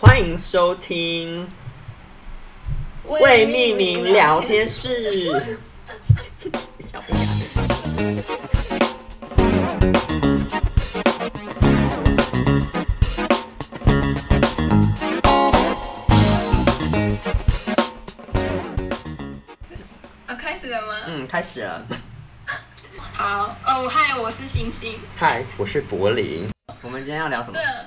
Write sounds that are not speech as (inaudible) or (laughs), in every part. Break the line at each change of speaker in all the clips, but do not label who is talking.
欢迎收听未命名聊天室。小不雅
啊，开始了吗？
嗯，开始了。
好，哦，嗨，我是星星。
嗨，我是柏林。我们今天要聊什么
对？啊，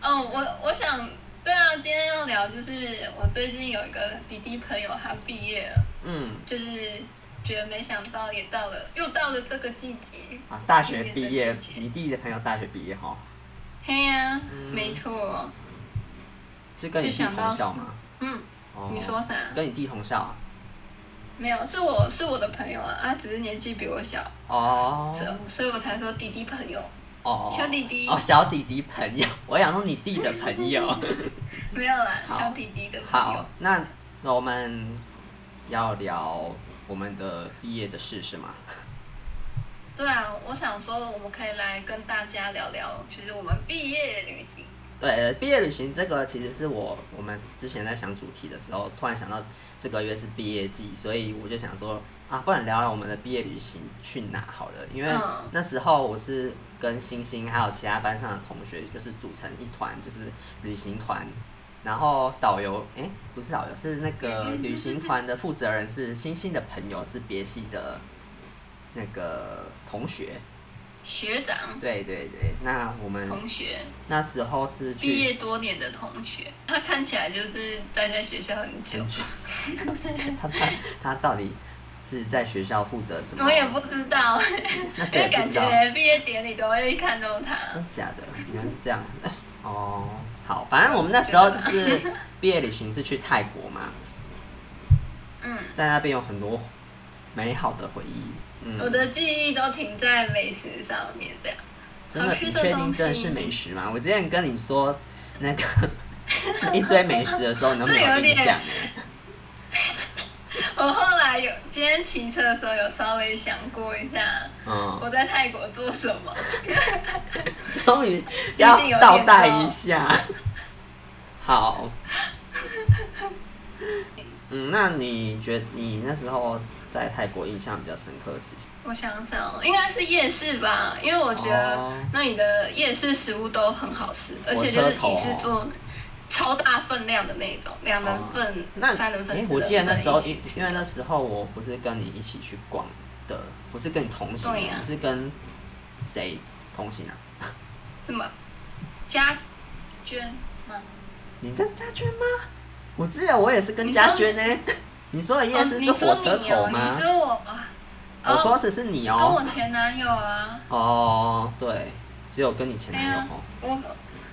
嗯，我我想，对啊，今天要聊就是我最近有一个弟弟朋友，他毕业了，
嗯
就是觉得没想到也到了，又到了这个季节。
啊，大学毕业
的，季节
你弟弟的朋友大学毕业哈，
嘿呀、
嗯
没错，
是跟你弟
就想
同
到
校吗？
嗯，
哦
你说啥？
跟你弟同校啊
没有，是我是我的朋友啊，他只是年纪比我小，
哦
所以所以我才说弟弟朋友，
哦，
小弟弟
哦，小弟弟朋友， (laughs) 我想说你弟的朋
(laughs)
友。
没有啦，
好
小弟弟的朋友
好。，那我们要聊我们的毕业的事是吗？
对啊，我想说，我们可以来跟大家聊聊，就是我们毕业旅行。
对，呃毕业旅行这个其实是我我们之前在想主题的时候，突然想到这个月是毕业季，所以我就想说啊，不然聊聊我们的毕业旅行去哪好了，因为
嗯
那时候我是跟星星还有其他班上的同学，就是组成一团，就是旅行团。然后导游，诶，不是导游，是那个旅行团的负责人是星星的朋友，是别系的那个同学。
学长、
对对对，那我们
同学，
那时候是去
毕业多年的同学，他看起来就是待在学校很久，
(laughs) 他他他到底是在学校负责什么？
我也不知道，
(laughs) 那
因
谁
为
也不
感
知道，
觉毕业典礼都会看到他。
真假的，原来是这样。哦，好，反正我们那时候就是毕业旅行是去泰国嘛， (laughs)
嗯，
在那边有很多美好的回忆。
我
嗯，
的记忆都停在美食上面，这样。
真的，
好吃
你
的
确定
东西
真的是美食吗？我之前跟你说那个 (laughs) 一堆美食的时候，你都没有
这有
印
点
象哎。
我后来有今天骑车的时候有稍微想过一下，
嗯，
我在泰国做什么。
(laughs) 终于
记
要
性有点
倒带
糟
一下。 (laughs) 好，嗯，那你觉得你那时候在泰国印象比较深刻的事情？
我想想哦，应该是夜市吧，因为我觉
哦
得那里的夜市食物都很好吃，而且就是一次做超大分量的那种，两人份、
那
三人份、
诶
四
我
人
记得
份
那时候，
一起
因
吃
因为那时候我不是跟你一起去逛的，不是跟你同行，
对呀
我是跟谁同行啊？
什么家娟吗？
你跟家娟吗？我记得我也是跟
你
家
说
娟呢、你说的夜
哦
市
你
是
说
火车
你
头
哦
吗？
你说我啊，
我说
哦，
的是你
跟我
哦、
前男友啊，
哦，对，只有跟你前男友哦、
我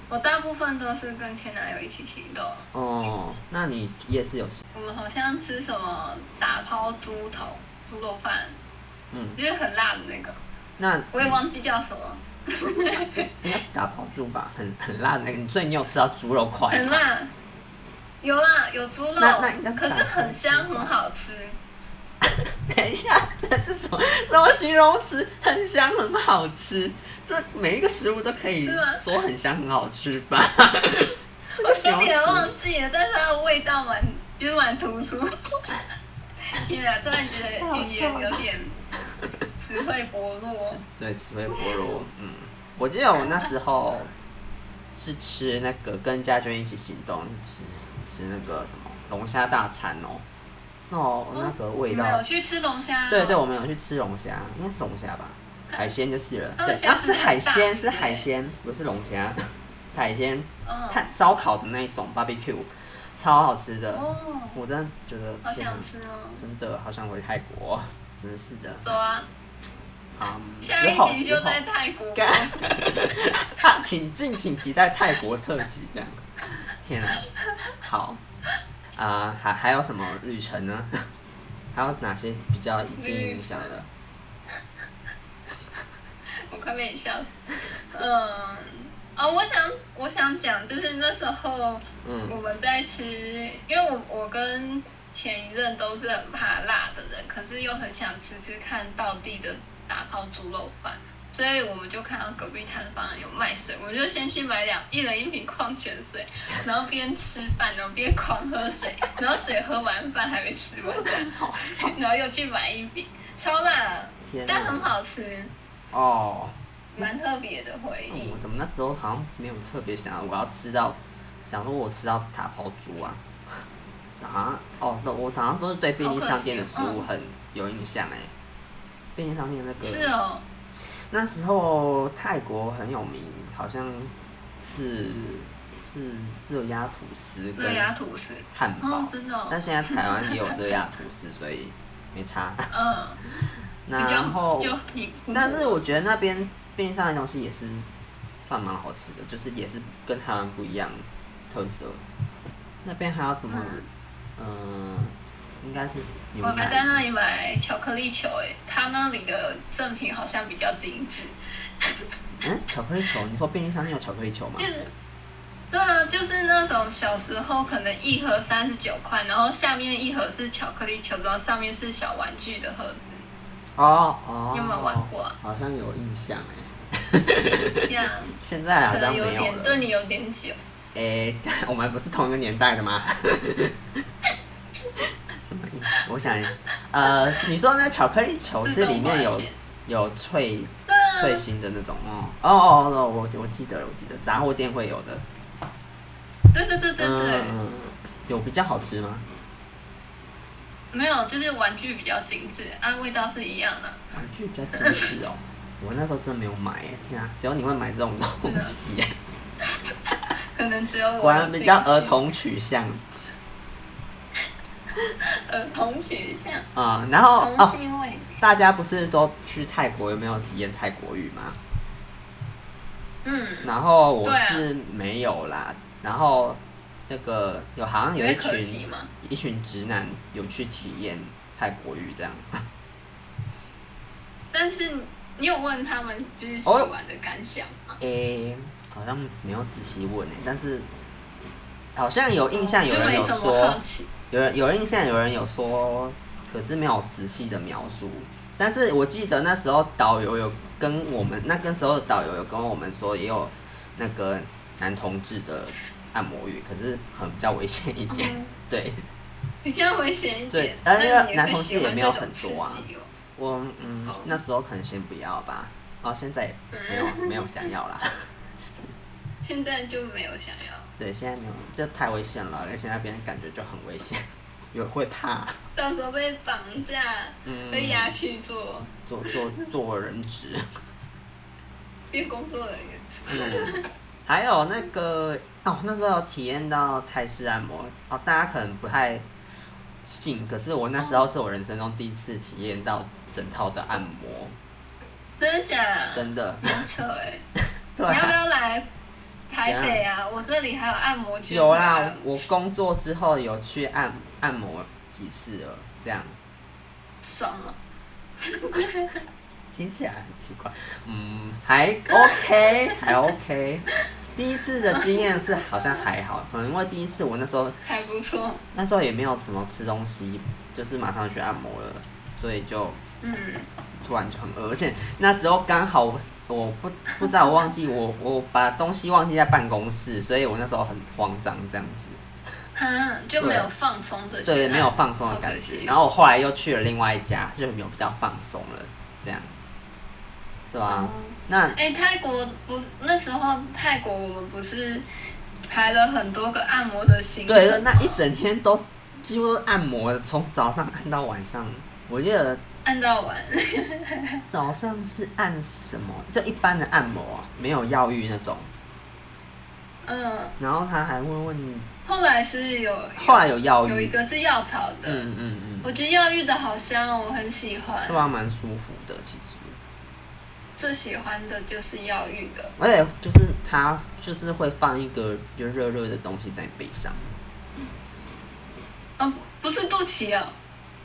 我大部分都是跟前男友一起行动。
哦，那你夜市有吃？
我们好像吃什么打抛猪头、猪肉饭，
嗯，
就是很辣的那个，
那
我也忘记叫什么。
应该是打抛猪吧，很很辣的那个。所以你有吃到猪肉块
很
吗？
辣，哎有啦，有猪肉，
那那应该是
可是很香，很好吃。
等一下，那是什么什么形容词？很香，很好吃。这每一个食物都可以
是吗
说很香，很好吃
(laughs)
吧？ (laughs) 这
我
个形
有
容
点
词
忘记了，但是它的味道蛮，就是蛮突出。 (laughs) 天啊，突然觉得语言有点词汇薄
(laughs)
弱。
对，紫微菠萝。嗯，我记得我那时候是吃那个跟家娟一起行动，是吃吃那个什么龙虾大餐哦。哦，那个味
你
道
们有去吃龙虾？哦
对对，，我们有去吃龙虾，应该是龙虾吧，海鲜就是了。
它
对
们，
啊
嗯哦虾
是
子
海
很大
鲜，
只
是
欸
海鲜，不是龙虾，海鲜
嗯，
炭烧烤的那一种 barbecue，超好吃的。
哦，
我真的觉得
好
天啊
想吃哦。
真的好想回泰国，真是的。
走啊，
好，
下
之
一
后
集
之
就
后 (laughs)
在，泰国。
干啊请敬请期待泰国特辑这样。天啊，好啊，还还有什么旅程呢？ (laughs) 还有哪些比较已经影响的？
我快被你笑死。嗯，哦，我想我想讲，就是那时候。
嗯。
我们在吃，因为我我跟前一任都是很怕辣的人，可是又很想吃吃看道地的打泡猪肉饭。所以我们就看到隔壁摊贩有卖水，我们就先去买两一人一瓶矿泉水， (laughs) 然后边吃饭，然后边狂喝水，然后水喝完饭还没吃完，
好笑
(laughs) 然后又去买一瓶，超辣的，
天啊
但很
哪！
好吃，
哦，
蛮特别的回
嗯
忆
我。怎么那时候好像没有特别想要我要吃到，想说我吃到塔抛猪啊，啊哦，那我好像都是对便利商店的食物很有印象哎、便利商店那个
哦是哦，
那时候泰国很有名，好像是是热压吐司跟
热压吐司，
汉堡，
哦，真的哦，
但现在台湾也有热压吐司，所以没
(laughs)
差。
嗯，比较
然后，
就你，
但是我觉得那边便利商店的东西也是算蛮好吃的，就是也是跟台湾不一样特色。那边还有什么？嗯、应该是牛
我们在
奶。
那里买巧克力球、欸，他那里的赠品好像比较精致，
嗯，巧克力球，你说便利商店有巧克力球吗
就？是，对啊，就是那种小时候可能一盒三十九块，然后下面一盒是巧克力球，然后上面是小玩具的盒子，
哦哦，
你有没有玩过啊？
好像有印象哎。
这
(laughs)
样
现在
可
好
能
像没有
点
了。
对你有点久，
诶、 (laughs) 我们不是同一个年代的吗？ (laughs) 什么意思？我想一下，呃，你说那巧克力球
自
是里
动
面
划
有
线
有脆
对啊
脆心的那种哦哦哦哦，我我记得了，我记得杂货店会有的。
对对对对对，
嗯，有比较好吃吗？
没有，就是玩具比较精致，啊，味道是一样的，
玩具啊比较精致
(laughs)
哦。我那时候真没有买耶，天啊！只有你会买这种东西
(laughs)
耶，
可能只有我
果然
有
比较
兴趣
儿童取向
儿童取向，
啊、然后
童
哦，
心未泯。
大家不是都去泰国有没有体验泰国语吗？
嗯，
然后我
对啊
是没有啦，然后那个有好像有
会
一
可惜
群
吗？
一群直男有去体验泰国浴这样，
但是你有问他们就是洗完的感想吗？
诶、好像没有仔细问诶、但是好像有哦印象
就
有人
没
有
什么好
说，
奇。
有人有印象有人有说，可是没有仔细的描述。但是我记得那时候导游有跟我们，那跟时候的导游有跟我们说，也有那个男同志的按摩浴，可是很比较危险一点，
嗯
对。
比较危险一
对
点，
呃
那你
因为
会
男同
喜
志也
欢
没
这
有
种
很多啊
刺激哦
我嗯
哦，
那时候可能先不要吧。哦，现在也没有没有想要啦。
现在就没有想要，
对，现在没有，这太危险了，而且那边感觉就很危险，有会怕。
到时候被绑架、
嗯，
被押去做
做做做人质。
变工作人员。
嗯，还有那个哦，那时候有体验到泰式按摩哦，大家可能不太信，可是我那时候
哦
是我人生中第一次体验到整套的按摩，
真的假的？
真的。
很扯哎！
对
你要不
啊，
要来台北啊？我这里还有按摩券。
有啊啦，我工作之后有去按按摩几次了，这样。
爽哦！
听起来很奇怪，嗯，还 OK，还 OK。第一次的经验是好像还好，可能因为第一次我那时候
还不错。
那时候也没有什么吃东西，就是马上去按摩了，所以就
嗯，
突然就很饿，而且那时候刚好我我不不知道我忘记我我把东西忘记在办公室，所以我那时候很慌张这样子，
啊，就没有放松的，
对，没有放松的感
好可
觉。
惜
然后我后来又去了另外一家，就有比较放松了，这样，对啊，
哦
那
哎、泰国不那时候泰国我们不是排了很多个按摩的行程吗，
对，那一整天都是几乎都是按摩的，从早上按到晚上。我记得
按到完， (laughs)
早上是按什么，就一般的按摩啊，没有药浴那种。
嗯，
然后他还问问你，
后来是有
后来有药
有一
浴，
个是药草的，
嗯嗯嗯，
我觉得药浴的好香哦，我很喜欢，
对啊，蛮舒服的其实。
最喜欢的就是药浴的，
而且就是他就是会放一个就热热的东西在你背上，
哦，不是肚脐哦，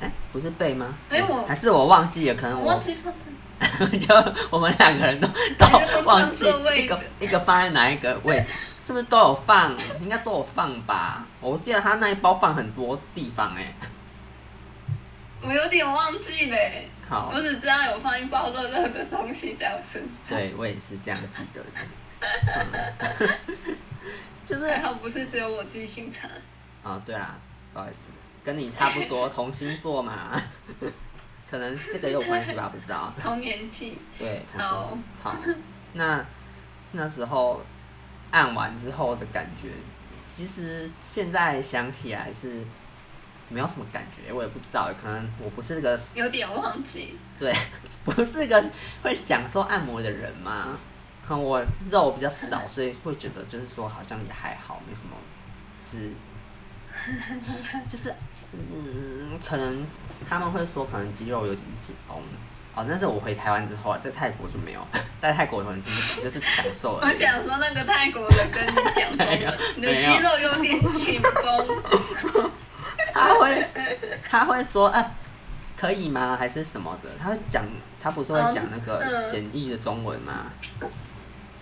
哎、不是背吗？
哎我
还是我忘记了，可能嗯
我
我
忘记放，
(laughs) 就我们两个人都都忘记
还在放座位
一个
置
一个放在哪一个位置，是不是都有放？应该都欸有放吧？我记得他那一包放很多地方哎、
我有点忘记了欸，
靠
我，只知道有放一包热热的东西在我身上，
对我也是这样记得的。
(laughs)
就是
还好不是只有我记性差。
嗯哦，对啊，不好意思，跟你差不多，同星座嘛， (laughs) 可能这个也有关系吧，不知道。
童年记，
对，同桌
好
好，那那时候按完之后的感觉，其实现在想起来是没有什么感觉，我也不知道，可能我不是个
有点忘记，
对， (laughs) 不是个会享受按摩的人嘛。可能我肉比较少，所以会觉得就是说好像也还好，没什么，是， (laughs) 就是嗯，可能他们会说可能肌肉有点紧绷。哦，但是我回台湾之后啊，在泰国就没有， (laughs) 在泰国我很就是享受而
我
已。
想说那个泰国人跟你
(laughs)
讲中
没有
文，你的
没
肌
有
肉有点紧绷，
他会他会说啊，可以吗？还是什么的？他会讲，他不是会讲那
嗯
个
嗯
简易的中文吗？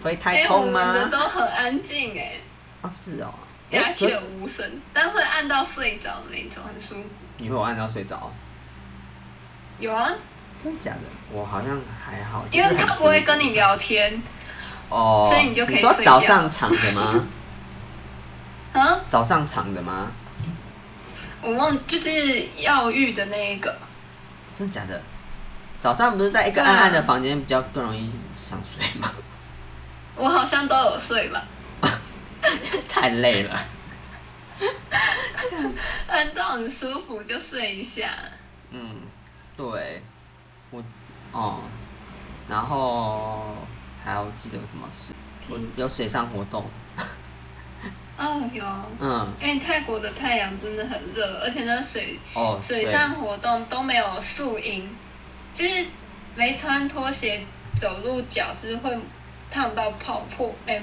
回
哎、
台
我
通吗？
们的都很安静哎、
哦，是哦。哎
鸦
可是
雀无声，但会按到睡着那种，很舒服。
你会有按到睡着？
有啊，
真的假的？我好像还好，
因为
就是很
他不会
舒服
跟你聊天
哦，
所以你就可以
说
睡觉
早上场的
(laughs)
吗？
啊，
早上场的吗？
我忘就是药浴的那一个，
真的假的？早上不是在一
啊
个暗暗的房间比较更容易想睡
(laughs)
吗？
我好像都有睡吧，
太累了。
按到很舒服就睡一下。
嗯，对，我哦，然后还有记得有什么事？我有水上活动，
哦有，
嗯，
因为泰国的太阳真的很热，而且那水
哦，
水
对
上活动都没有树荫，就是没穿拖鞋走路脚是会烫到泡破，哎、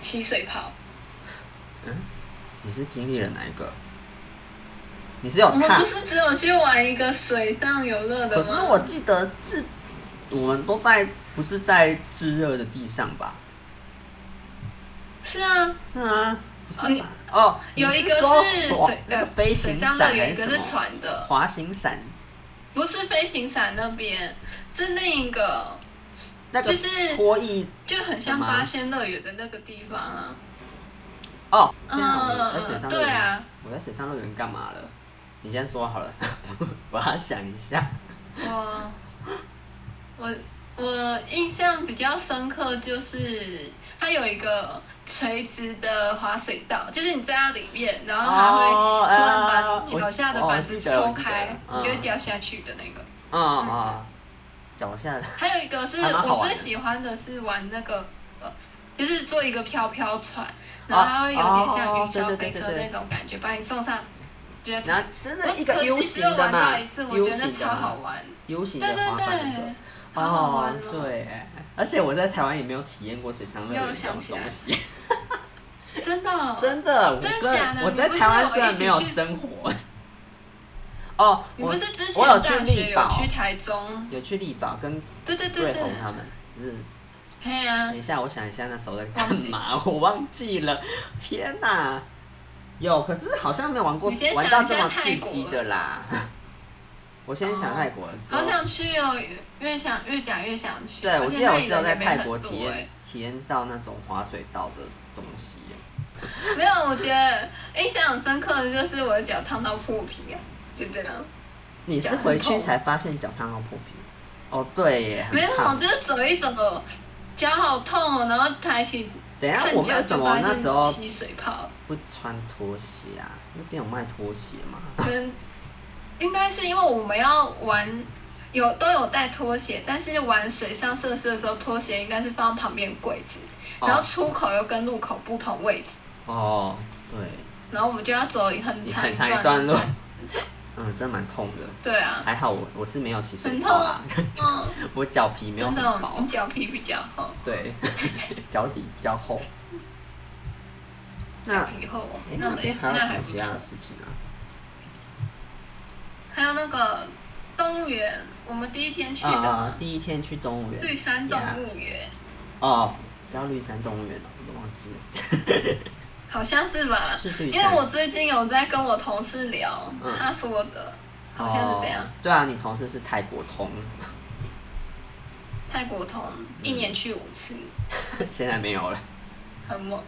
起水泡。
你是经历了哪一个？你是有
我们
看
不？是只有去玩一个水上游乐的
可
吗？
是我记得是，我们都在不是在炙热的地上吧？
是啊，
是吗？
哦
不是
你
吧？哦，
有一
你
个是
是说
水
那
呃
个飞
水
行
上
伞
乐园，
还
一
是
个是
什么？
船的，
滑行伞
不是飞行伞那边，是另一个，
那个
就是
拖曳
就很像
干嘛
八仙乐园的那个地方啊。
哦，
嗯
天啊我在水上乐园
对啊
我在水上乐园干嘛了？你先说好了， (laughs) 我要想一下。
我我我印象比较深刻就是它有一个垂直的滑水道，就是你在它里面，然后它会
哦
突然
啊
把
我
脚下的
哦我
板
记
子
得我
抽
记得
开，
嗯
你就会掉下去的那个。
啊啊，脚下的
还有一个是
还蛮好
我
玩的
最喜欢的是玩那个，呃，就是做一个飘飘船，然后它会有点像
哦
云霄飞车
对对对对对
那种感觉，把你送上。觉
然后
得
真
我
的一个
可
U
惜只
型
有
的
玩
嘛
到一次，我
，U
觉得
型的
超好
嘛
玩。
，U 型的
对对
滑板那
对
个。，
好好玩
哦，
哦，
对，而且我在台湾也没有体验过水上乐园这种
又
东
想
西，
(laughs) 真的哦，
(laughs) 真的，我
真的
个人
假的
我
你
在
不是
台湾
有
真的
一
没
起
有
去
生活。哦，
你不
我
是之
我
前
有去
大学
力
有
宝，
去台中？
有去力宝跟
对对对
瑞
对
红，他们，只是
嘿呀
等，一下，我想一下那时候在干嘛， (laughs) 我忘记了。天哪，有，可是好像没有玩过
你先想
玩
一
到
下
这么刺激的啦。 (laughs) 我先想泰国了，之后
哦好想去哦，越想越讲越想去。
对，
而
我
且
记得
那
我
里
只有
人
在
也没
泰
很
国
多
体验
哎
体验到那种滑水道的东西。
(laughs) 没有，我觉得印象很深刻的就是我的脚烫到破皮啊，就这样。
你是
脚很
回去
痛
才发现脚烫到破皮？哦，对耶，很
没有，
烫
我就是走一走，脚好痛哦，然后抬起
等一下
看
我
脚
为什
就
么
发
那时候
现起水泡，
不穿拖鞋啊？那边有卖拖鞋吗？
跟应该是因为我们要玩。有都有带拖鞋，但是玩水上设施的时候，拖鞋应该是放旁边柜子，然后
哦
出口又跟入口不同位置，
哦，对，
然后我们就要走很长
很长一
一
段
段啊
路
路。， (laughs)
嗯，真蛮痛的。(laughs)
对啊，
还好我我是没有起水
很
泡啊，
嗯，
(laughs) 我脚皮没有
真
很
的哦，
薄
你，脚皮比较哦
(laughs)
厚，
对，脚底比较厚。那
(laughs) 脚皮厚哦
诶，
那
那边还有
那
什
还
么
不
其他
错
的。事情啊？
还有那个动物园，我们第一天去
啊啊
的！
第一天去动物园，
绿山动
Yeah
物园，
哦，叫绿山动物园哦，我都忘记了，
好像是吧？
是绿
因
山。
为我最近有在跟我同事聊
嗯，
他说的， (laughs) 好像是这样
哦。对啊，你同事是泰国通， (laughs)
泰国通一年去五次，
现在没有了。
很猛。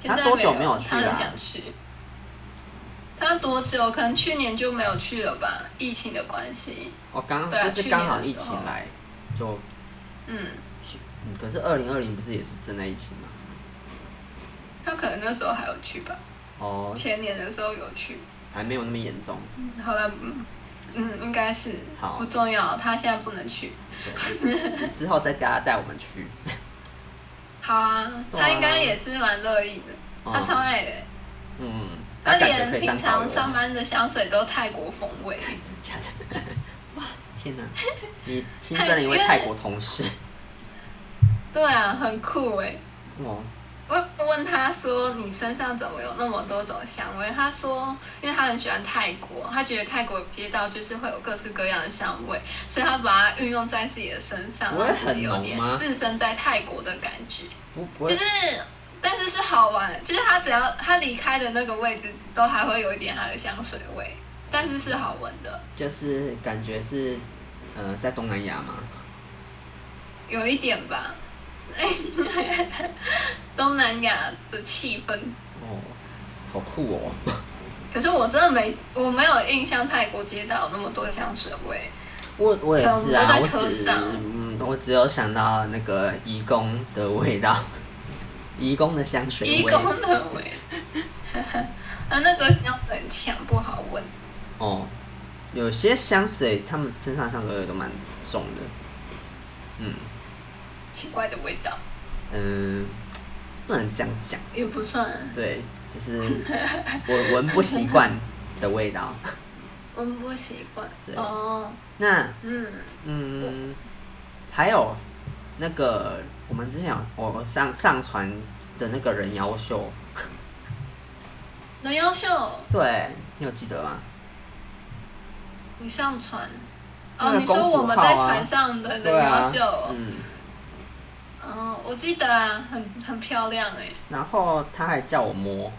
现
他
在
多久
没
没有去
他
了啊
很想去。他多久？可能去年就没有去了吧，疫情的关系。
哦，刚
对啊
就是
去
刚
年
好
的
疫
时
情
候
来，就
嗯，
去。嗯可是二零二零不是也是正在疫情吗？
他可能那时候还有去吧，
哦，
前年的时候有去。
还没有那么严重。
嗯好了，嗯嗯，应该是
好
不重要，他现在不能去。
对之后再叫他带我们
(laughs)
去。
好啊，
对啊
他应该也是蛮乐意的，他超爱的，
哦嗯，
他
他感觉
连
可以
平
当导
常
游。
上班的香水都泰国风味。
真假的？ (laughs) 哇，天哪！你新增了一位泰国同事。
对啊，很酷哎。
哦，
我问他说：“你身上怎么有那么多种香味？”他说：“因为他很喜欢泰国，他觉得泰国街道就是会有各式各样的香味，所以他把它运用在自己的身上，
不会
让自
很
己有
浓
点
吗
置身在泰国的感觉。
不不
就
会
是，但是是好玩，就是他只要他离开的那个位置，都还会有一点他的香水味，但是是好闻的，
就是感觉是，呃，在东南亚嘛。
有一点吧。 (laughs) 东南亚的气氛，
哦，好酷哦！
可是我真的没我没有印象泰国街道有那么多香水味。
我我也是
可
啊，
能
我
都在车
只
上
嗯，我只有想到那个移工的味道， (laughs) 移工的香水
一
味。
公的味， (laughs) 啊，那个香水很强，不好闻。
哦，有些香水他们身上香水味都蛮重的。嗯
奇怪的味道
嗯、不能这样讲。
也不算，
对，就是
(laughs)
我闻不习惯的味道。
闻不习惯
对。
哦，
那
嗯，
嗯，还有那个我们之前有我上上传的那个人妖秀，
人妖秀，
对你有记得吗？
你上船。
那
哦，
个
你说
公主
我们
号啊
在船上的人
对
妖
啊
秀，，
嗯，
嗯，我记得啊，很很漂亮哎、
然后他还叫我
(laughs)
摸，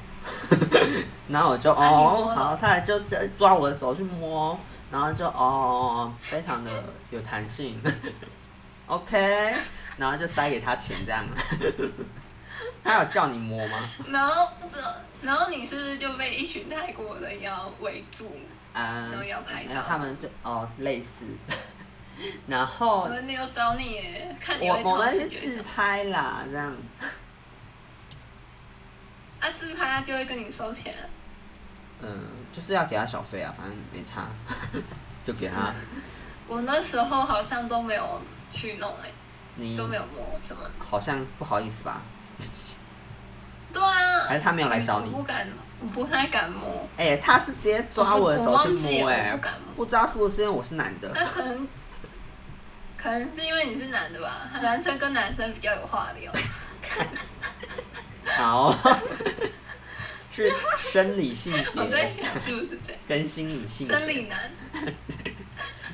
然后我就
那你摸
哦
了
好，他还就抓抓我的手去摸，然后就哦非常的有弹性 (laughs) ，OK，然后就塞给他钱这样。 (laughs) 他有叫你摸吗？
然后这，然后你是不是就被一群泰国人妖围住？
嗯，
然后要拍照
然后他们就哦类似， (laughs) 然后
我说你有找你哎、看你
我
会
我
掏
们是
钱就会
自
找
拍啦，这样
啊，自拍他就会跟你收钱啊、
嗯就是要给他小费啊，反正没差， (laughs) 就给他
嗯我那时候好像都没有去弄哎、
你
都没有摸什么的。
好像不好意思吧？
对啊，
还是他没有来找你
我不敢，我不太敢摸。
哎、他是直接抓
我不
我的手
我
去
忘记
摸、
了
哎
我不敢摸
不知道是不是因为我是男的，
那 (laughs) 可能，可能是因为你是男的吧，男生跟男生比较有话
(laughs)
聊。
好， (laughs) 是生理性
我在
别
想是不是这样，
跟心理性
生理
别
男，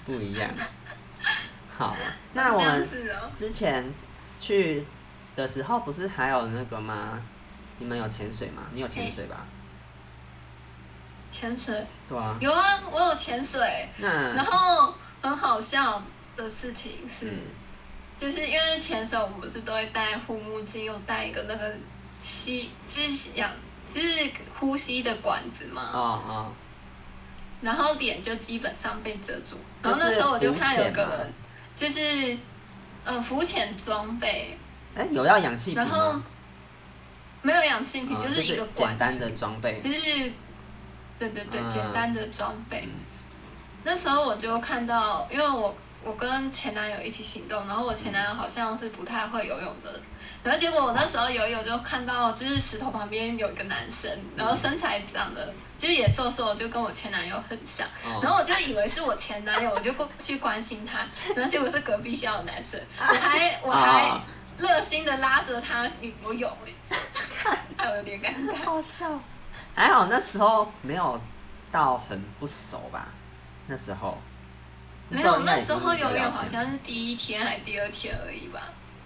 不一样。好，那我们
这样子哦。
之前去的时候不是还有那个吗？你们有潜水吗？你有潜水吧？
潜水
对啊。
哎有啊，我有潜水，然
那
后很好笑的事情是，
嗯，
就是因为潜水，我们不是都会戴护目镜，又戴一个那个吸，就是氧，就是呼吸的管子嘛。
哦哦，
然后脸就基本上被遮住。
就
然
是
后那时候我就看有个
浮潜嘛啊
人，就是呃浮潜装备，
哎、有要氧气瓶
然后
吗？
没有氧气瓶，
嗯
就是一个管
简，单的装备。
就是对对对，
嗯
简单的装备
嗯。
那时候我就看到，因为我我跟前男友一起行动，然后我前男友好像是不太会游泳的。然后结果我那时候游泳就看到，就是石头旁边有一个男生，然后身材长得就是也瘦瘦的，就跟我前男友很像。然
哦，
后我就以为是我前男友，我就过去关心他，然后结果是隔壁校的男生，
(laughs)
我还我还
啊
热心的拉着他，你我有
(laughs)
哎、欸，还有点尴尬。
好笑。还好那时候没有到很不熟吧？那时候
没有，
应该
那
也是
时候
聊
游泳
天
好像是第一天还是第二天而已吧，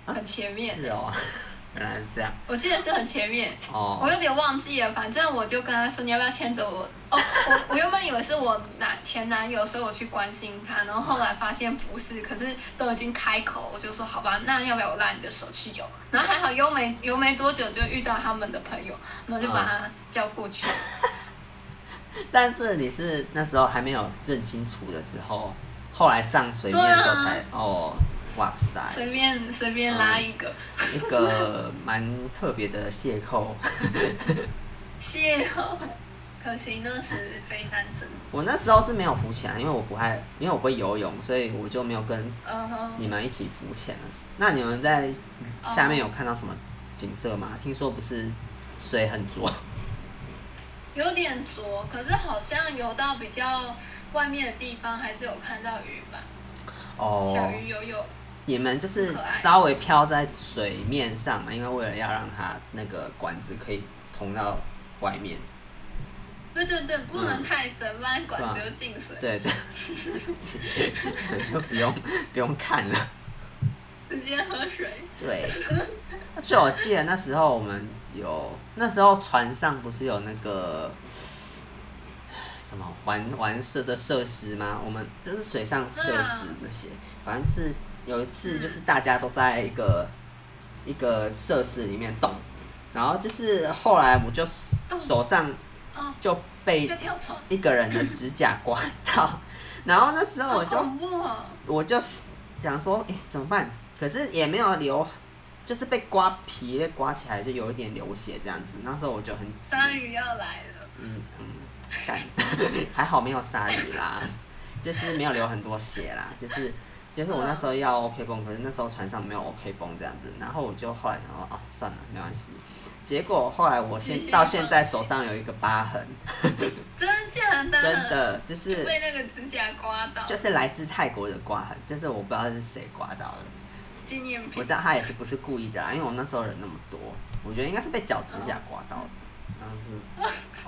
很前面。
是哦， (laughs) 原来是这样
我记得是很前面，我
哦，
有点忘记了，反正我就跟他说你要不要牵着我。哦，我我原本以为是我男前男友，所以我去关心他，然后后来发现不是，可是都已经开口，我就说好吧，那要不要我拉你的手去游？然后还好游没游没多久就遇到他们的朋友，然后就把他叫过
啊
去。
但是你是那时候还没有认清楚的时候，后来上水面的时候
啊
才、哦，哇塞，
随便随便拉一个，
一个蛮特别的邂逅。
谢哦。可惜那时非单身。
(laughs) 我那时候是没有浮潜啊，因为我不爱，因为我不会游泳，所以我就没有跟
嗯哼，
你们一起浮潜了。那你们在下面有看到什么景色吗？听说不是水很浊，
有点浊，可是好像游到比较外面的地方，还是有看到鱼吧。
哦，
小鱼游泳，
你们就是
很可爱
稍微漂在水面上嘛，因为为了要让它那个管子可以通到外面。
对对对，不能太深，不然管子
对啊
就进水。
对
(laughs)
对，就不用不用看了。
直接喝水。
对，而且我记得那时候我们有，那时候船上不是有那个什么玩玩设的设施吗？我们就是水上
嗯
设施那些，反正是有一次就是大家都在一个、一个设施里面动，然后就是后来我就
动
手上
哦，
就被
跳跳床，
一个人的指甲刮
(laughs)
到，然后那时候
好
我就
恐怖哦！
我就想说，哎、怎么办？可是也没有流，就是被刮皮被刮起来，就有一点流血这样子。那时候我就很
鲨
急，
鱼要来了，
嗯嗯，干，还好没有鲨鱼啦， (laughs) 就是没有流很多血啦，就是。就是我那时候要 OK 绷，可是那时候船上没有 OK 绷这样子，然后我就后来想说，哦，算了，没关系。结果后来我
直
现
接
到现在
放
手
弃
上有一个疤痕， (laughs)
真假的？
真的就是
被那个指甲刮到，
就是来自泰国的刮痕，就是我不知道是谁刮到的，
纪念
我
品
知。道他也是不是故意的啦，因为我那时候人那么多，我觉得应该是被脚指甲刮到的，然
(laughs)
后是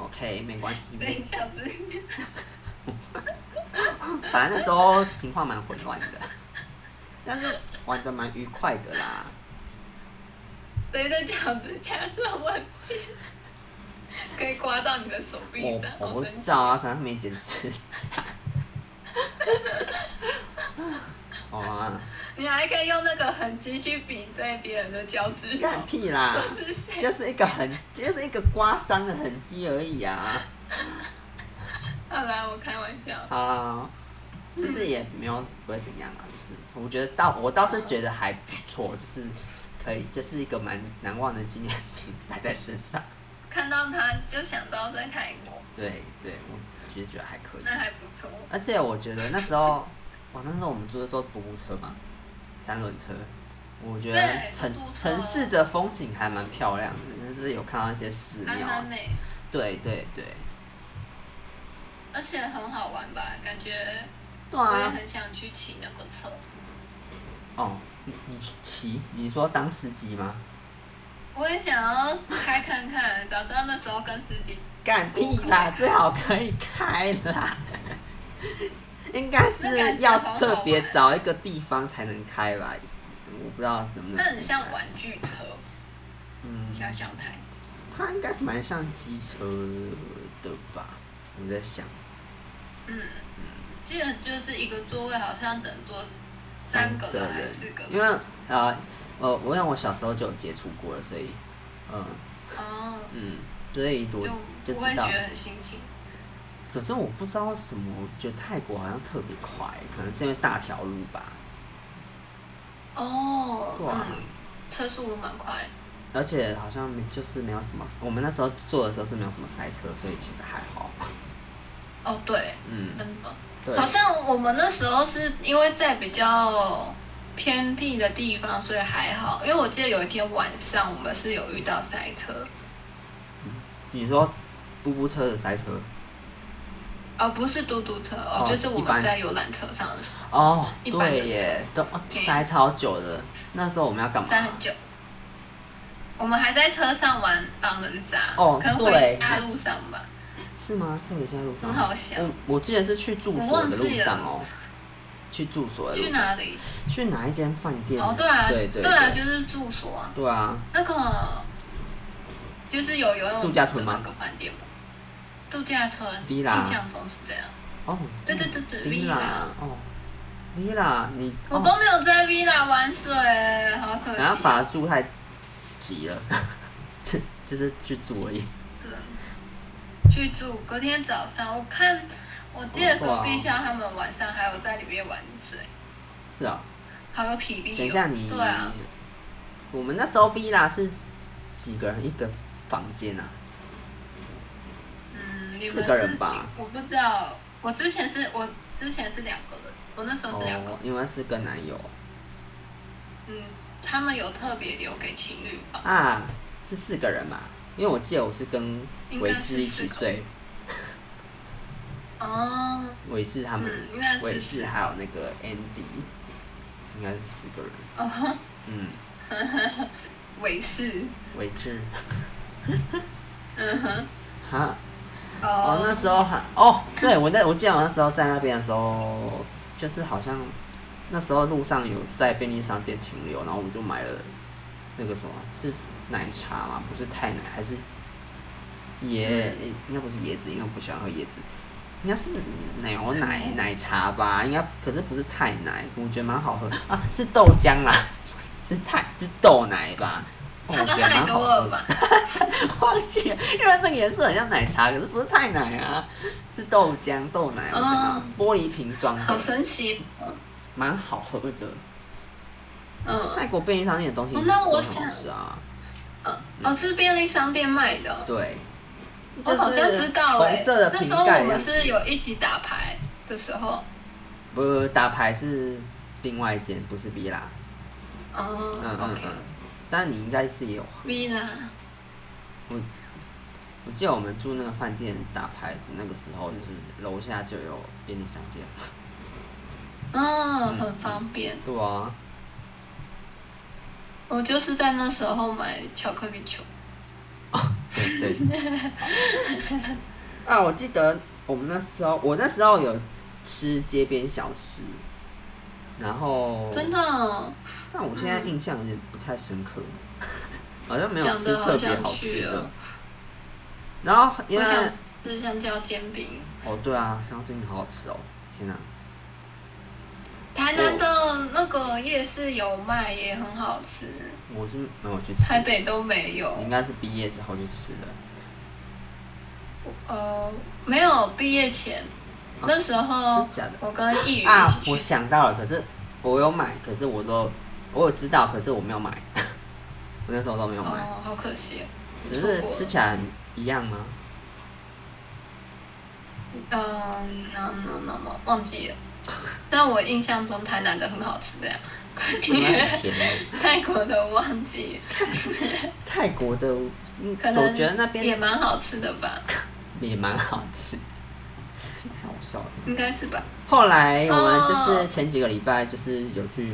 OK 没关系，
对，这样子。
反正那时候情况蛮混乱的，但是玩的蛮愉快的啦。
谁的脚趾甲这么尖， (laughs) 可以刮到你的手臂
我
的？
我
好
不
神
知
奇！
道啊，可能他没剪指甲。 (laughs) 好啊，
(laughs) 你还可以用那个痕迹去比对别人的脚趾头，
干屁啦！
(laughs) 说是谁？
就是一个痕，就是一个刮伤的痕迹而已啊。
好啦，我开玩笑。
啊，就是也没有不会怎样啊，就是我觉得倒我倒是觉得还不错，就是可以，就是一个蛮难忘的纪念品摆在身上。
看到他就想到在泰国，
对对，我其实觉得还可以，
那还不错。
而且我觉得那时候，哇，那时候我们坐坐独木车嘛，三轮车，我觉得
对
城
独木车
城市的风景还蛮漂亮的，就是有看到一些寺
还
庙啊
蛮，美，
对对对，
而且很好玩吧？感觉
对
我也
啊，
很想去骑那个车。
哦，你你骑，你说当司机吗？
我也想要开看看，早知道那时候跟司机。
干屁啦，最好可以开
(laughs)
啦。应该是要特别找一个地方才能开吧，我不知道能不能。
那很像。玩具车，
嗯，
小小台。
它嗯应该蛮像机车的吧？我在想，
嗯，记得就是一个座位好像只能坐三个
个
人还
人
是四个，
因为呃呃，我因为我小时候就有接触过了，所以嗯
哦，
嗯，所以我
就
就
不会
知
觉
道。
得很新奇。
可是我不知道为什么，我觉得泰国好像特别快，可能是因为大条路吧。
嗯哦，
哇
嗯，车速蛮快，
而且好像就是没有什么，我们那时候做的时候是没有什么塞车，所以其实还好。
哦对，
嗯，
真的。
对
好，像我们那时候是因为在比较偏僻的地方，所以还好。因为我记得有一天晚上，我们是有遇到塞车，
你说嘟嘟车的塞车
哦，不是嘟嘟车，
哦，
哦就是我
一般
们在游览车上的时候
哦，
一般的
对耶，都哦
嗯
塞超久的。那时候我们要干嘛
塞？很久。我们还在车上玩狼人杀，
哦
可能
对
回家路上吧，
是吗？这回家路上
很好笑。
我我记得是去住
我
所的
忘
路
记
上哦。去住所的路
去哪里？
去哪一间饭店？
哦，对啊，
对对
啊，
对
就是住所啊，
对啊，
那个就是有游泳
度
池
假
的
村
那
吗
个饭店吗？度假村，印
Villa
象中是这样。
哦，
对对对对
Villa，哦，Villa，你
我
哦，
都没有在 villa 玩水，好可惜
然后
哦。
把它住太急了， (laughs) 这就是去住而已。
对去住，隔天早上我看，我记得隔壁校他们晚上还有在里面玩水，
是啊、
好有体力、哦。
等一下你，
对啊，
我们那时候 Villa 是几个人一个房间啊？
嗯，你
四
们
个人
是
吧
几我不知道，我之前是我之前是两个人，我那时候是两个人
哦，因为是跟男友
嗯，他们有特别留给情侣房，
啊，是四个人嘛？因为我记得我是跟
应
维
该
志
是
一起
四个
睡，
哦，
维志他们啊
嗯，应该
伟
是
志还有那个 Andy，应该是四个人。
哦，
嗯，
韦氏，
伟志， (laughs)
嗯哼，
哈，哦，那
哦，
时候还哦，对我那我记得我那时候在那边的时候，就是好像那时候路上有在便利商店停留，然后我就买了那个什么是奶茶嘛，不是太奶还是椰，诶
嗯
应该不是椰子，因为我不喜欢喝椰子，应该是牛奶奶茶吧，应该可是不是太奶，我觉得蛮好喝
(laughs)
啊，是豆浆啦， (laughs) 是太是豆奶吧，哦
差
我觉得
太
蛮好
多
喝的。
了吧？ (laughs)
忘记了，因为那个颜色很像奶茶，可是不是太奶啊，是豆浆豆奶，我
嗯
知道玻璃瓶装
好
的，
神奇，哦
蛮好喝的。嗯
嗯，
泰国便利商店的东西
哦
都很
那我
好
想
吃啊，
呃，哦，是便利商店卖的哦，
对。
我好像
就是
知道哎、
红色的
那
瓶
时候
盖
我
一样
们，是有一起打牌的时候，哦
不不不打牌是另外一间，不是 B 啦。嗯
哦
嗯
，OK，
嗯，但你应该是也有。
v 啦，
我记得我们住那个饭店打牌那个时候，就是楼下就有便利商店。
嗯，很方便。
对啊，
我就是在那时候买巧克力球，
哦对对。 (laughs) 啊，我记得我们那时候，我那时候有吃街边小吃，然后，
真的哦、
但我现在印象有点不太深
(laughs)
刻，好像没有
讲
吃
的好
特别
想
好
去
吃的
哦。
然后因为
我想吃香蕉煎饼。
哦，对啊，香煎好好吃哦，天哪、
台
哦
南的那个夜市有卖，也很好吃，
我是没有去吃
台，北都没有
我。应该是毕业之后去吃的。
呃，没有毕业前，
嗯啊
那时候
真假的
我跟易宇
啊
一起，去，
我想到了，可是我有买，可是我都我有知道，可是我没有买， (laughs) 我那时候都没有买。
哦，好可惜哦，
只
错
是
过
吃
了。
起来很一样
(laughs)
吗？
嗯，no no no no，忘记了。但我印象中台南的很好吃的呀，
应该很甜耶。
泰国的我忘记了，
泰国的，嗯，
可能
我觉得那
也
边
蛮好吃的吧，
也蛮好吃，太好笑了。
应该是吧。
后来我们就
哦
是前几个礼拜就是有去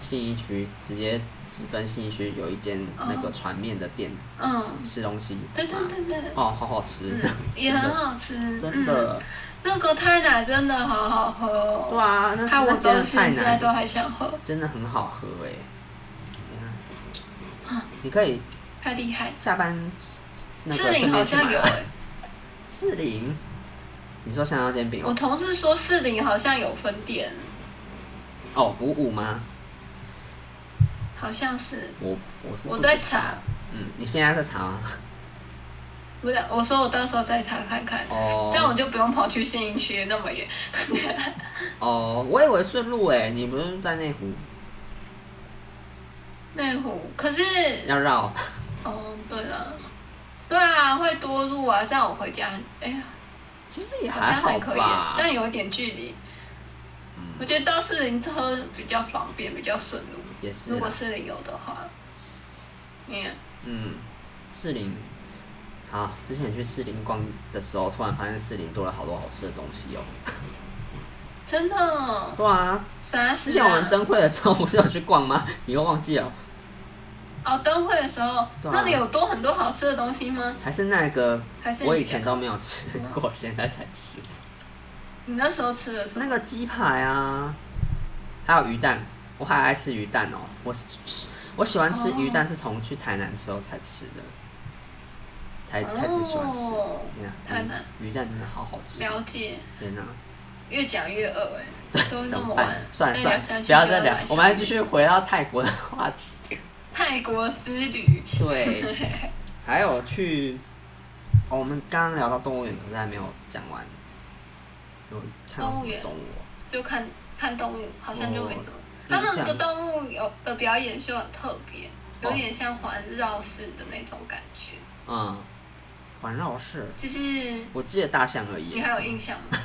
信义区，直接直奔信义区有一间那个船面的店、
嗯，
吃吃东西。
对对对对，
哦，好好吃，
嗯，也很好吃，
(laughs) 真
嗯，
的。
那个泰奶真的好好喝哦。
对啊，那
害我
那
到
间太
现在
难
啊都还想喝，
真的很好喝哎、你看
啊
你可以
太厉害。
下班那
士
个
林
顺
好
便去
像
买
有
啊。
哎、
士林，你说香蕉煎饼
我
哦？
同事说士林好像有分店，
哦，五五吗？
好像是
我我是
我
不
在
知道
查。
嗯，你现在在查吗？
不是，我说我到时候再查看看，
哦，
这样我就不用跑去信义区那么远。 (laughs)
哦，我以为顺路哎，你不是在内湖
内湖，可是
要绕？
哦，对了，对啊，会多路啊，这样我回家，哎呀，
其实也
好
还
像
好
还可以，
吧。
但有一点距离。我
嗯，
觉得到士林车比较方便，比较顺路。
也是啊
如果
啦。
士林有的话，嗯，
嗯，士林。好，之前去士林逛的时候，突然发现士林多了好多好吃的东西哦。
真的哦
对啊，
啥
之
时
前我
啊
们？灯会的时候不是有去逛吗？你又忘记了？
哦，灯会的时候，
对啊
那里有多很多好吃的东西吗？
还是那个
还是你
我以前都没有吃过，现在才吃。
你那时候吃的什
那
么？
个鸡排啊，还有鱼蛋，我好爱吃鱼蛋哦。我是我喜欢吃
哦
鱼蛋，是从去台南之后才吃的，才开始喜欢吃。
哦
天啊
台南
鱼鱼蛋真的好好吃，
了解，
天哪、
越讲越饿哎、都
怎
那
么
么
办
晚？，
算了
再
算
聊
了
下，去
不要
就
再聊
晚，上
我们还
了
继续回到泰国的话
(laughs)
题。
泰国之旅。
对，
(laughs)
还有去，哦，我们刚刚聊到动物园，可是还没有讲完。有看到什
动
么
物园
动物哦？
就看看动物，好像就没什么。
那
他
你
们的
讲
动物有的表演秀很特别，有
哦
点像环绕式的那种感觉，
嗯，环绕式，
就是
我记得大象而已
你。还有印象
(laughs)
吗？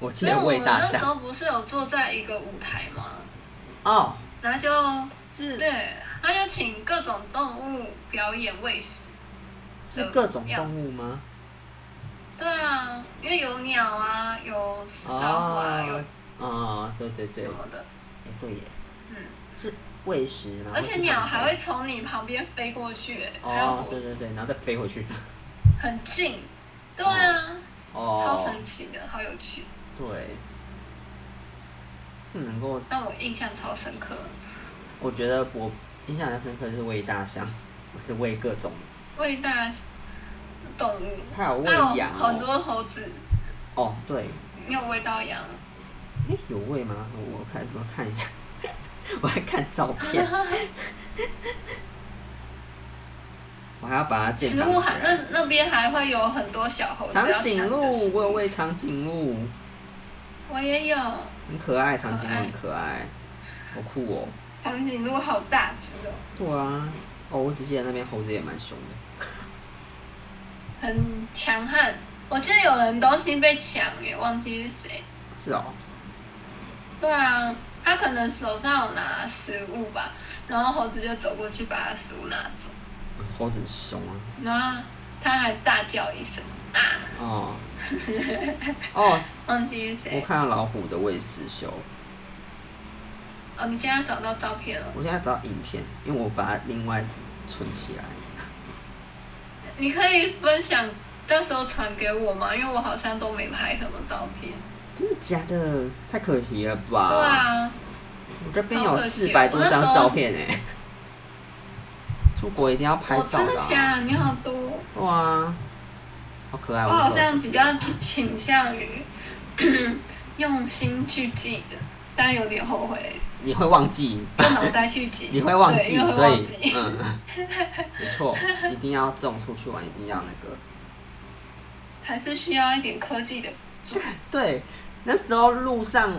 我记
没有，
得
我
喂
们
大
那时
象。
候不是有坐在一个舞台吗？
哦，
然后就是对，他就请各种动物表演喂食。
是各种动物吗？
对啊，因为有鸟啊，有
哦
老虎啊，有
哦，对对对，
什
哎
么的，
对耶，
嗯，
是喂食吗？
而且鸟还会从你旁边飞过去、欸，还有
哦，
火
对对对，然后再飞回去。
很近，对啊，
哦，
超神奇的，好有趣，
对，嗯不能够
让我印象超深刻。
我觉得我印象比较深刻就是喂大象，我是喂各种，
喂大动物，
还有喂
还有
羊、哦，
很多猴子，
哦，对，
你有喂到羊？
诶，有喂吗？我我看我看一下， (laughs) 我还看照
(laughs)
片，我还要把它建
(laughs) 食
档
物
起
还
来。
那那边还会有很多小猴子要
啊长
抢
颈
你的食
鹿，
物
我有喂长颈鹿，
我也有
很可爱，长颈鹿
可爱
很可爱，好酷哦。
长颈鹿，好大只哦，
对啊，哦，我只记得那边猴子也蛮凶的。
很强悍。我记得有人东西被抢耶，忘记是谁。
是哦，
对啊，他可能手上有拿食物吧，然后猴子就走过去把他食物拿走，
猴子很凶啊。
然后他还大叫一声啊，
哦，哦，
(laughs) 忘记是
我
谁。
看到老虎的喂食秀。
哦，你现在找到照片了，
我现在找影片，因为我把它另外存起来。
你可以分享，到时候传给我吗？因为我好像都没拍什么照片。
真的假的？太可惜了吧！
对啊，
我这边有
好可
四
惜哦
百多
我那
张
时候
照片哎、出国一定要拍
哦，
照啊
真的
啦、
假的？你好多。
哇，啊好可爱！
我
的
哦好
手
像
机
比较倾向于 (clears throat) 用心去记的，但有点后悔
你会忘
(laughs)
记，
用脑袋去记，
(laughs) 你会忘
对
记，
因
所
为会忘
以
(laughs) 记。
嗯，没错，一定要这种出去玩，一定要那个。
还是需要一点科技的辅助。
对，那时候路上，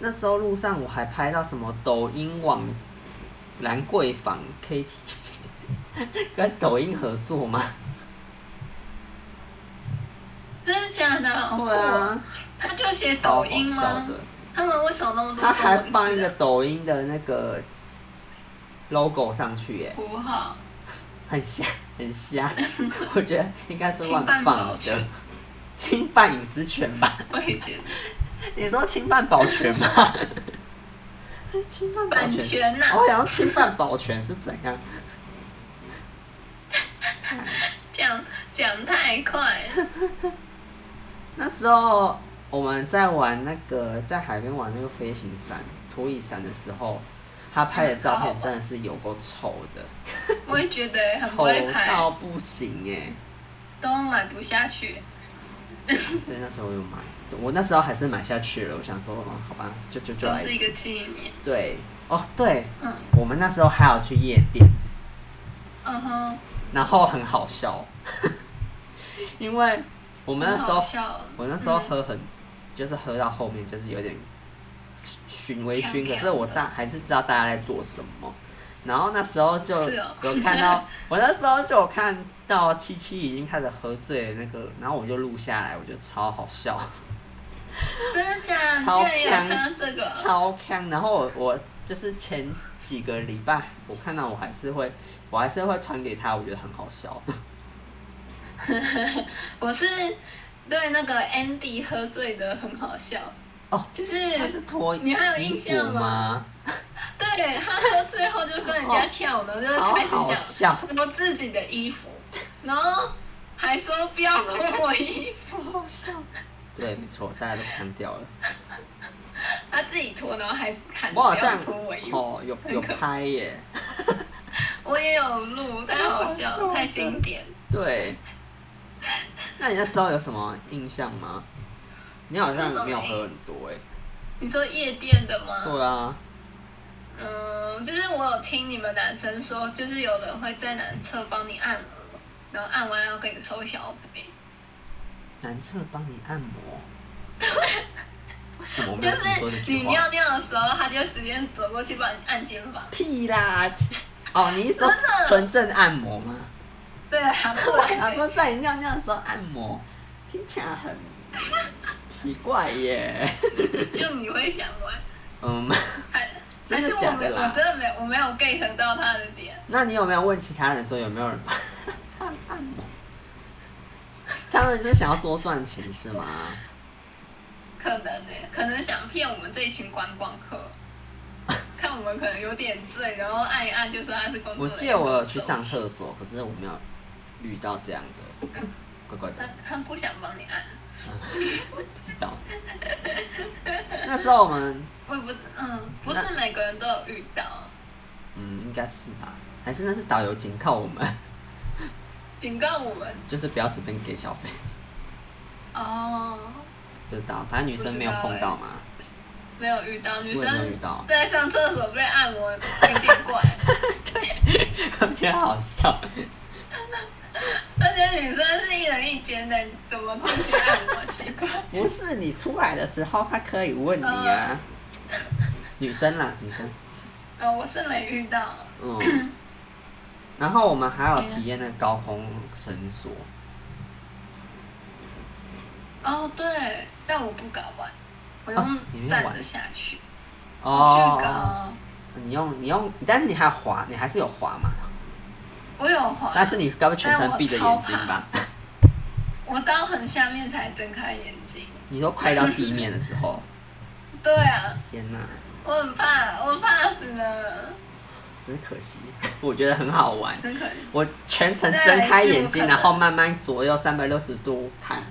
那时候路上我还拍到什么抖音网兰桂坊 KT，跟 (laughs) 抖音合作吗？
真的假的？好酷
对
哦！
啊，
他就写抖音
超好笑
吗
的？
他们为什么那么多
他
中
还
文
放一
字
个
啊？
抖音的那个 logo 上去耶，
不好，
很瞎 (laughs) 很
(laughs)
瞎，我觉得应该是
侵
乱
犯
放
保
的
全，
侵犯隐私权吧。
我也觉得
你说侵犯保全吗？侵犯保
版
全？
权呐、
(laughs) 我想要侵犯保全是怎样？
讲讲
(laughs)
太快，
那时候我们在玩那个在海边玩那个飞行伞、拖曳伞的时候，他拍的照片真的是有够丑的，
我也觉得哎很不
丑
会拍
到，不行哎、
都买不下去。
对，那时候我有买，我那时候还是买下去了。我想说，哦，好吧，就就就
都
来
是一
次。
个纪念。
对，哦，对，
嗯
我们那时候还有去夜店，
嗯哼，
然后很好笑， (laughs) 因为我们那时候
很好笑哦嗯
我那时候喝很，就是喝到后面就是有点醺微
呛
醺，可
呛
是我
的
大还是知道大家在做什么。然后那时候就是
哦
有看到， (laughs) 我那时候就有看到七七已经开始喝醉的那个，然后我就录下来，我觉得超好笑， (laughs)
真的假的？
超
你竟然也
强
有看到这个？
超康。然后我我就是前几个礼拜我看到我还是会，我还是会传给他，我觉得很好笑。
(laughs) 我是对那个 Andy 喝醉的很好笑
哦
就是
(laughs) 他是脱
你还有
衣
印象
服
吗 (laughs)
吗？
对他喝醉后就跟人家跳呢，就是开
超好
始
笑
想脱自己的衣服，然后还说不要脱我衣服，
对，没错，大家都看掉了。
他自己脱，然后还喊
我好
不要
像
脱我衣服。
哦有有拍耶，
我也有录，太好
好笑
笑，
的
太经典。
对。那你那时候有什么印象吗？你好像没有喝很多哎、
你说夜店的吗？
对啊，
嗯，就是我有听你们男生说，就是有人会在男厕帮你按摩，然后按完要给你抽小费，
男厕帮你按摩。为什么我没
就
有听说这
是你
句话？
尿尿的时候，他就直接走过去帮你按肩膀。
屁啦！哦，你是说
真的
纯正按摩吗？
对
(laughs)
啊，后
他
来
说在你尿尿的时候按摩，听起来很奇怪耶。 (laughs)
就你会想玩，
嗯，
还
真
哎还
的
是我
假的
没，我
啦
真？的没，我没有 get 到他的点。
那你有没有问其他人说有没有人帮他按摩？他们就想要多赚钱是吗？
可能呢、可能想骗我们这一群观光客，看我们可能有点醉，然后按一按就说他是工作
我
人员。
记得我有去上厕所，可是我没有遇到这样的，怪怪
他
的，
他不想帮你按，
不知道。那时候我们，
我也不嗯，不是每个人都有遇到。
嗯，应该是吧？还是那是导游警告我们， (laughs)
警告我们
就是不要随便给小费，
哦，
不知道。反正女生没有碰到嘛，
没有遇到女
我也没有遇
生
到，
在上厕所被按摩，有点怪。
(laughs) 我觉得好笑。
而且女生是一人一间的，你怎么进去按摩？奇怪。
不是你出来的时候，他可以问你啊。女生啦，女生，
呃，我是没遇到。
嗯。然后我们还有体验那个高空绳索，
哦，对，但我不敢玩，我
啊你没
用
有
站
玩
着下去，不
哦
去，搞。
你用你用，但是你还滑，你还是有滑嘛？
我有滑，
但是你该不会全
但
程
我
闭着
超
眼睛吧？
我到很下面才睁开眼睛。
你都快到地面的时候，
对啊，
天哪，
我很怕，我怕死了，
真可惜。我觉得很好玩，
真可惜。
我全程睁开眼睛，
对
然后慢慢左右三百六十度看，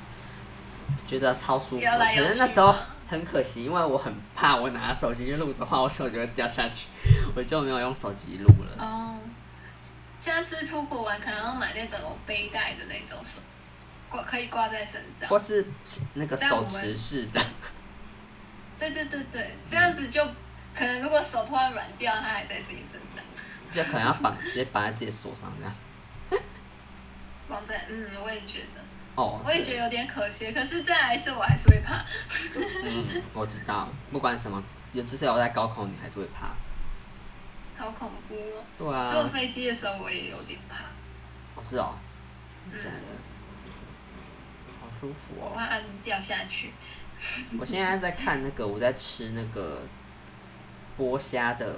觉得超舒服。
摇来摇去
可是那时候很可惜，因为我很怕我拿手机去录的话，我手机会掉下去，我就没有用手机录了。
哦，下次出国玩可能要买那种背带的那种手，挂可以挂在身上
或。是那个手持式的， (laughs)
对对对对，这样子就可能如果手突然软掉，它还在自己身上。
就可能要绑，直接绑在自己手上这样。
绑在，嗯，我也觉得，
哦，
我也觉得有点可惜。可是再来一次，我还是会怕。
嗯，我知道，不管什么，有就是有在高空，你还是会怕。
好恐怖哦！
对啊，
坐飞机的时候我也有点怕，
哦是哦，真的假的？
嗯
好舒服
我
哦！
怕按掉下去。
我现在在看那个，我在吃那个剥虾的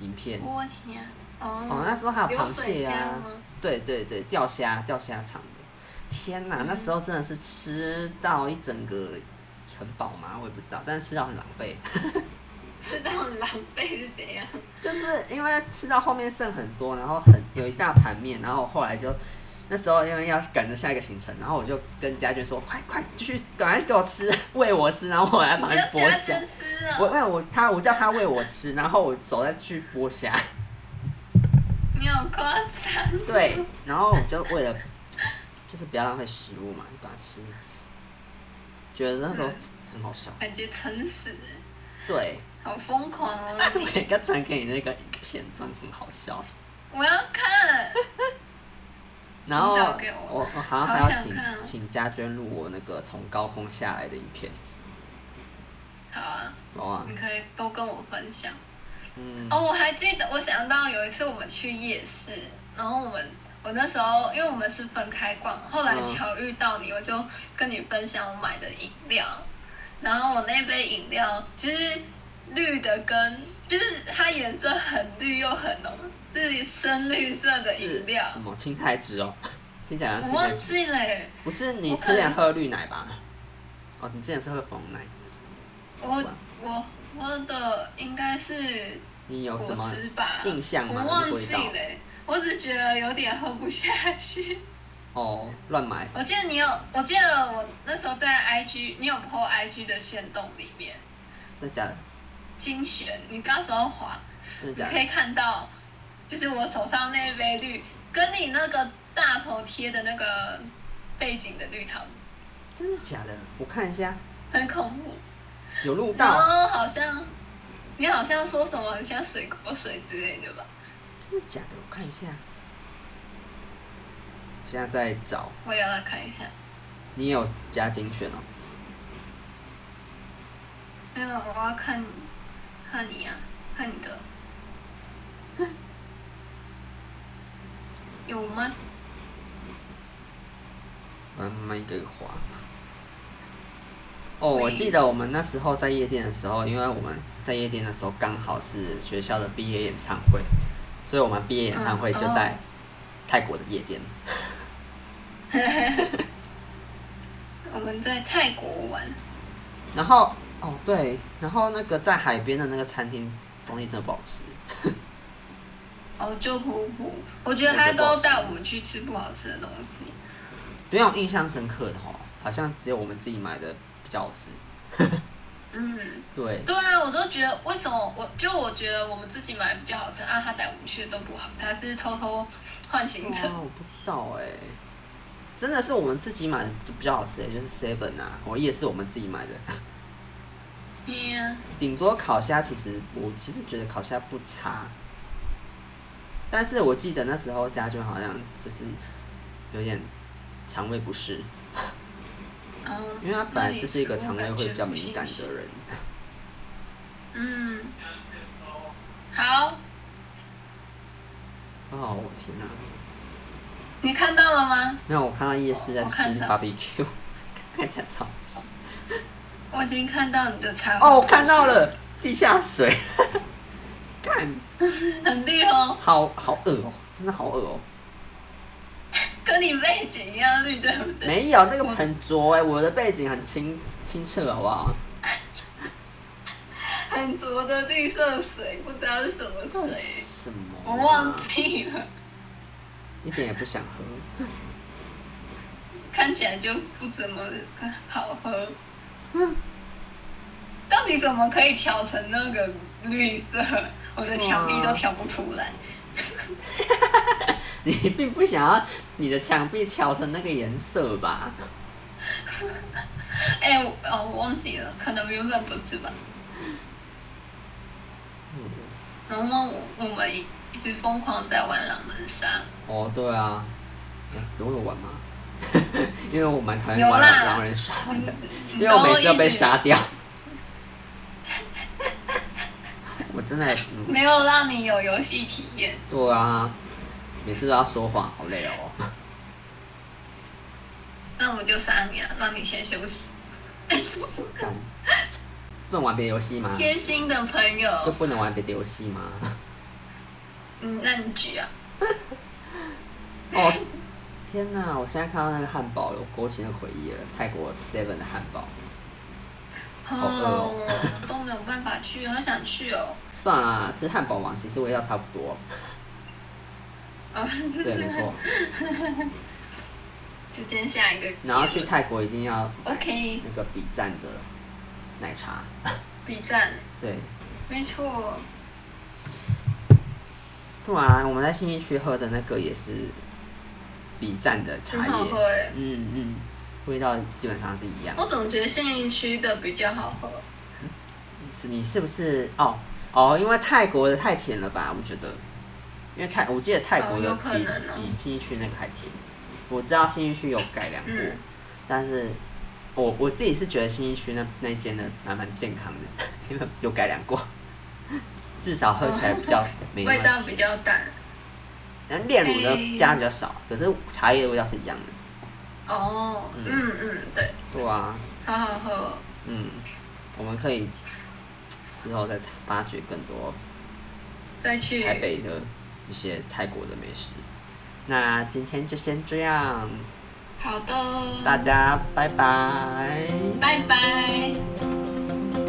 影片。
我天、
哦，
哦，
那时候还有
流
螃
水
蟹
虾
啊
吗，？
对对对，钓虾钓虾场的。天哪，那时候真的是吃到一整个很饱嘛，我也不知道，但是吃到很狼狈。
吃到很狼狈是
(laughs)
怎样？
就是因为吃到后面剩很多，然后很有一大盘面，然后后来就那时候因为要赶着下一个行程，然后我就跟家眷说：“快快，继续赶快给我吃，喂我吃。”然后我来
你
旁
就
边剥
夹
虾
着。吃
我
哦，
喂我他，我叫他喂我吃，然后我手再去剥虾。
你好夸张。
(laughs) 对，然后我就为了就是不要浪费食物嘛，就把它吃。觉得那时候很好笑。
感觉撑死了， (laughs)
对，
好疯狂哦！
我也刚传给你那个影片，真的很好笑。
我要看，
然后
你找给我
我我好像还
好
要
想
请
看哦
请家娟录我那个从高空下来的影片，
好啊，
好啊，
你可以多跟我分享。
嗯，
哦，我还记得，我想到有一次我们去夜市，然后我们我那时候因为我们是分开逛，后来
嗯
巧遇到你，我就跟你分享我买的饮料，然后我那杯饮料就是绿的跟就是它颜色很绿又很浓，是深绿色的饮料
是，什么青菜汁哦， (laughs) 听起来像
我
青菜
忘
汁，
记了欸，
不是你
我
之
可
前
能
喝绿奶吧？哦，你之前是喝红奶，
我我喝的应该是
你有
果
什么
汁吧，
印象吗
我
那个
忘
味
记
道
了欸，我只觉得有点喝不下去。
哦乱买？
我记得你有，我记得我那时候在 IG，你有 po IG 的线动里面，
真的假的？
精选，你到时候滑，
真的
你
假
可
的？
以看到，就是我手上那杯绿，跟你那个大头贴的那个背景的绿桃，
真的假的？我看一下，
很恐怖。
有录
然
到，
后好像你好像说什么很像水果水之类的吧？
真的假的？我看一下，现在在找，
我也要来看一下。
你也有加精选哦。
没有，我要看看你呀、看你
(laughs)
的。有吗？
慢慢一个一个滑。哦，
没
我记得我们那时候在夜店的时候，因为我们在夜店的时候刚好是学校的毕业演唱会，所以我们毕业演唱会就在泰国的夜店。
我们在泰国玩，
然后哦对，然后那个在海边的那个餐厅东西真的不好吃，
哦，就普普，我觉得他都带我们去吃不好吃的东西。
比较有印象深刻的哦，好像只有我们自己买的比较好吃。
嗯，
对，
对啊，我都觉得为什么我就我觉得我们自己买比较好吃啊，他带我们去的都不好吃，他是偷偷换行
哇，
程。
哦我不知道哎、真的是我们自己买的比较好吃、欸，就是 Seven 啊，我也是我们自己买的。
对呀，
顶多烤虾，其实我其实觉得烤虾不差，但是我记得那时候家俊好像就是有点肠胃不适，
嗯，
因为他本来就是一个肠胃会比较敏感的人。
嗯，好，
哦，我天哪、
你看到了吗？
没哦有，我看到夜市在
我
吃
看到
BBQ，看 (laughs) 起来超好吃。
我已经看到你的彩虹。
哦，我看到，了地下水， (laughs) 看，
很绿哦，
好好恶哦、真的好恶哦、
跟你背景一样绿，对不对？
没有，那个
嗯
很浊哎、我的背景很清清澈，好不好？
很浊的绿色水，不知道是什么水，
什么、啊
我忘，记了。
一点也不想喝。
看起来就不怎么好喝。到底怎么可以调成那个绿色？我的墙壁都调不出来。
你并不想要你的墙壁调成那个颜色吧？嗯
哎、我哦，我忘记了，可能原本不是吧。
嗯
然后我我们一直疯狂在玩狼人杀，
哦，对啊，哎、有我有玩吗？ (laughs) 因为我蛮讨厌
有
玩
啦
狼人杀的，因
你
为我每次
然
都
后
被
一直
杀掉。
嗯
我真的，嗯
没有让你有游戏体验。
对啊，每次都要说谎，好累哦。
那我就杀你啊，让你先休
(laughs)
息。
干 (laughs) 不能玩别的游戏吗？
贴心的朋
就
友，
不能玩别的游戏吗？
(laughs) 嗯，那你举啊，
哦，天哪！我现在看到那个汉堡，有勾起那个回忆了。泰国 Seven 的汉堡，好饿
哦，
哦
我都没有办法去，好想去哦。
算了啦，吃汉堡王其实味道差不多。
(laughs) 啊
对，没错。
直接下一个结论。
然后去泰国一定要
OK
那个比赞的奶茶，
B 站，
对。
没错，
不然我们在信义区喝的那个也是比赞的
很
茶
好
叶，
喝哎。
嗯嗯，味道基本上是一样。
我总觉得信义区的比较好喝，
是你是不是？哦哦，因为泰国的太甜了吧？我觉得，因为泰我记得泰国
哦
的
有
比、
可能哦
比信义区那个还甜。我知道信义区有改良过，
嗯
但是我我自己是觉得信义区那那间的蛮蛮健康的，因为有改良过，至少喝起来比较
(laughs)
没那
哦味
么
道比
甜。
较哎淡。
然后炼乳的加比较少，可是茶叶的味道是一样的。
哦，
嗯
嗯嗯，对，
对啊，
好好喝哦。
嗯，我们可以之后再发掘更多
再去
台北的一些泰国的美食。那今天就先这样，
好的，
大家拜拜。
拜拜。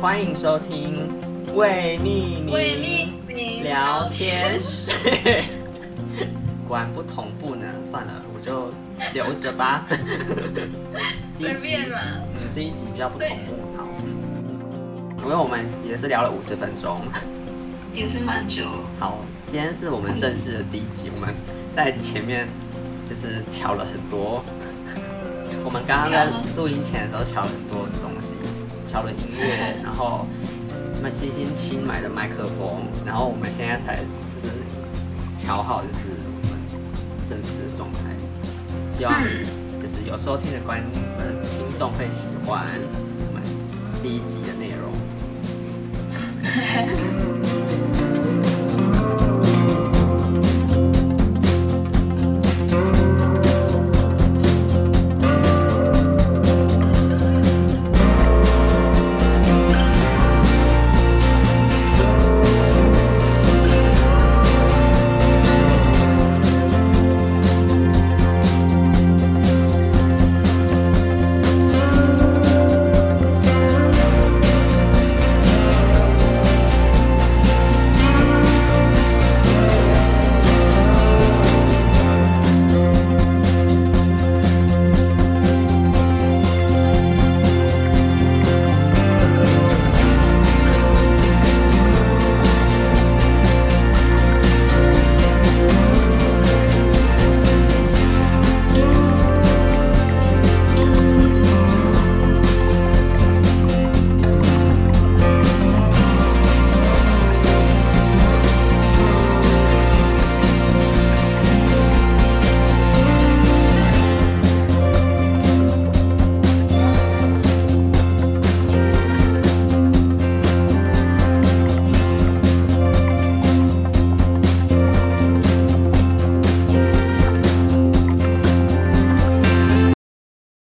欢迎收听未命名
为命名
(laughs) 聊天室。关不同步呢？算了，我就留着吧。第一
(laughs) 随
集，
便啦。
嗯，第一集比较不同步，好。因为我们也是聊了五十分钟，
也是蛮久。
好，今天是我们正式的第一集，我们在前面就是巧了很多， (laughs) 我们刚刚在录音前的时候巧了很多东西，巧了音乐，然后那星星新买的麦克风，然后我们现在才就是巧好就是我们正式的状态，希望
嗯
就是有收听的观呃听众会喜欢我们第一集的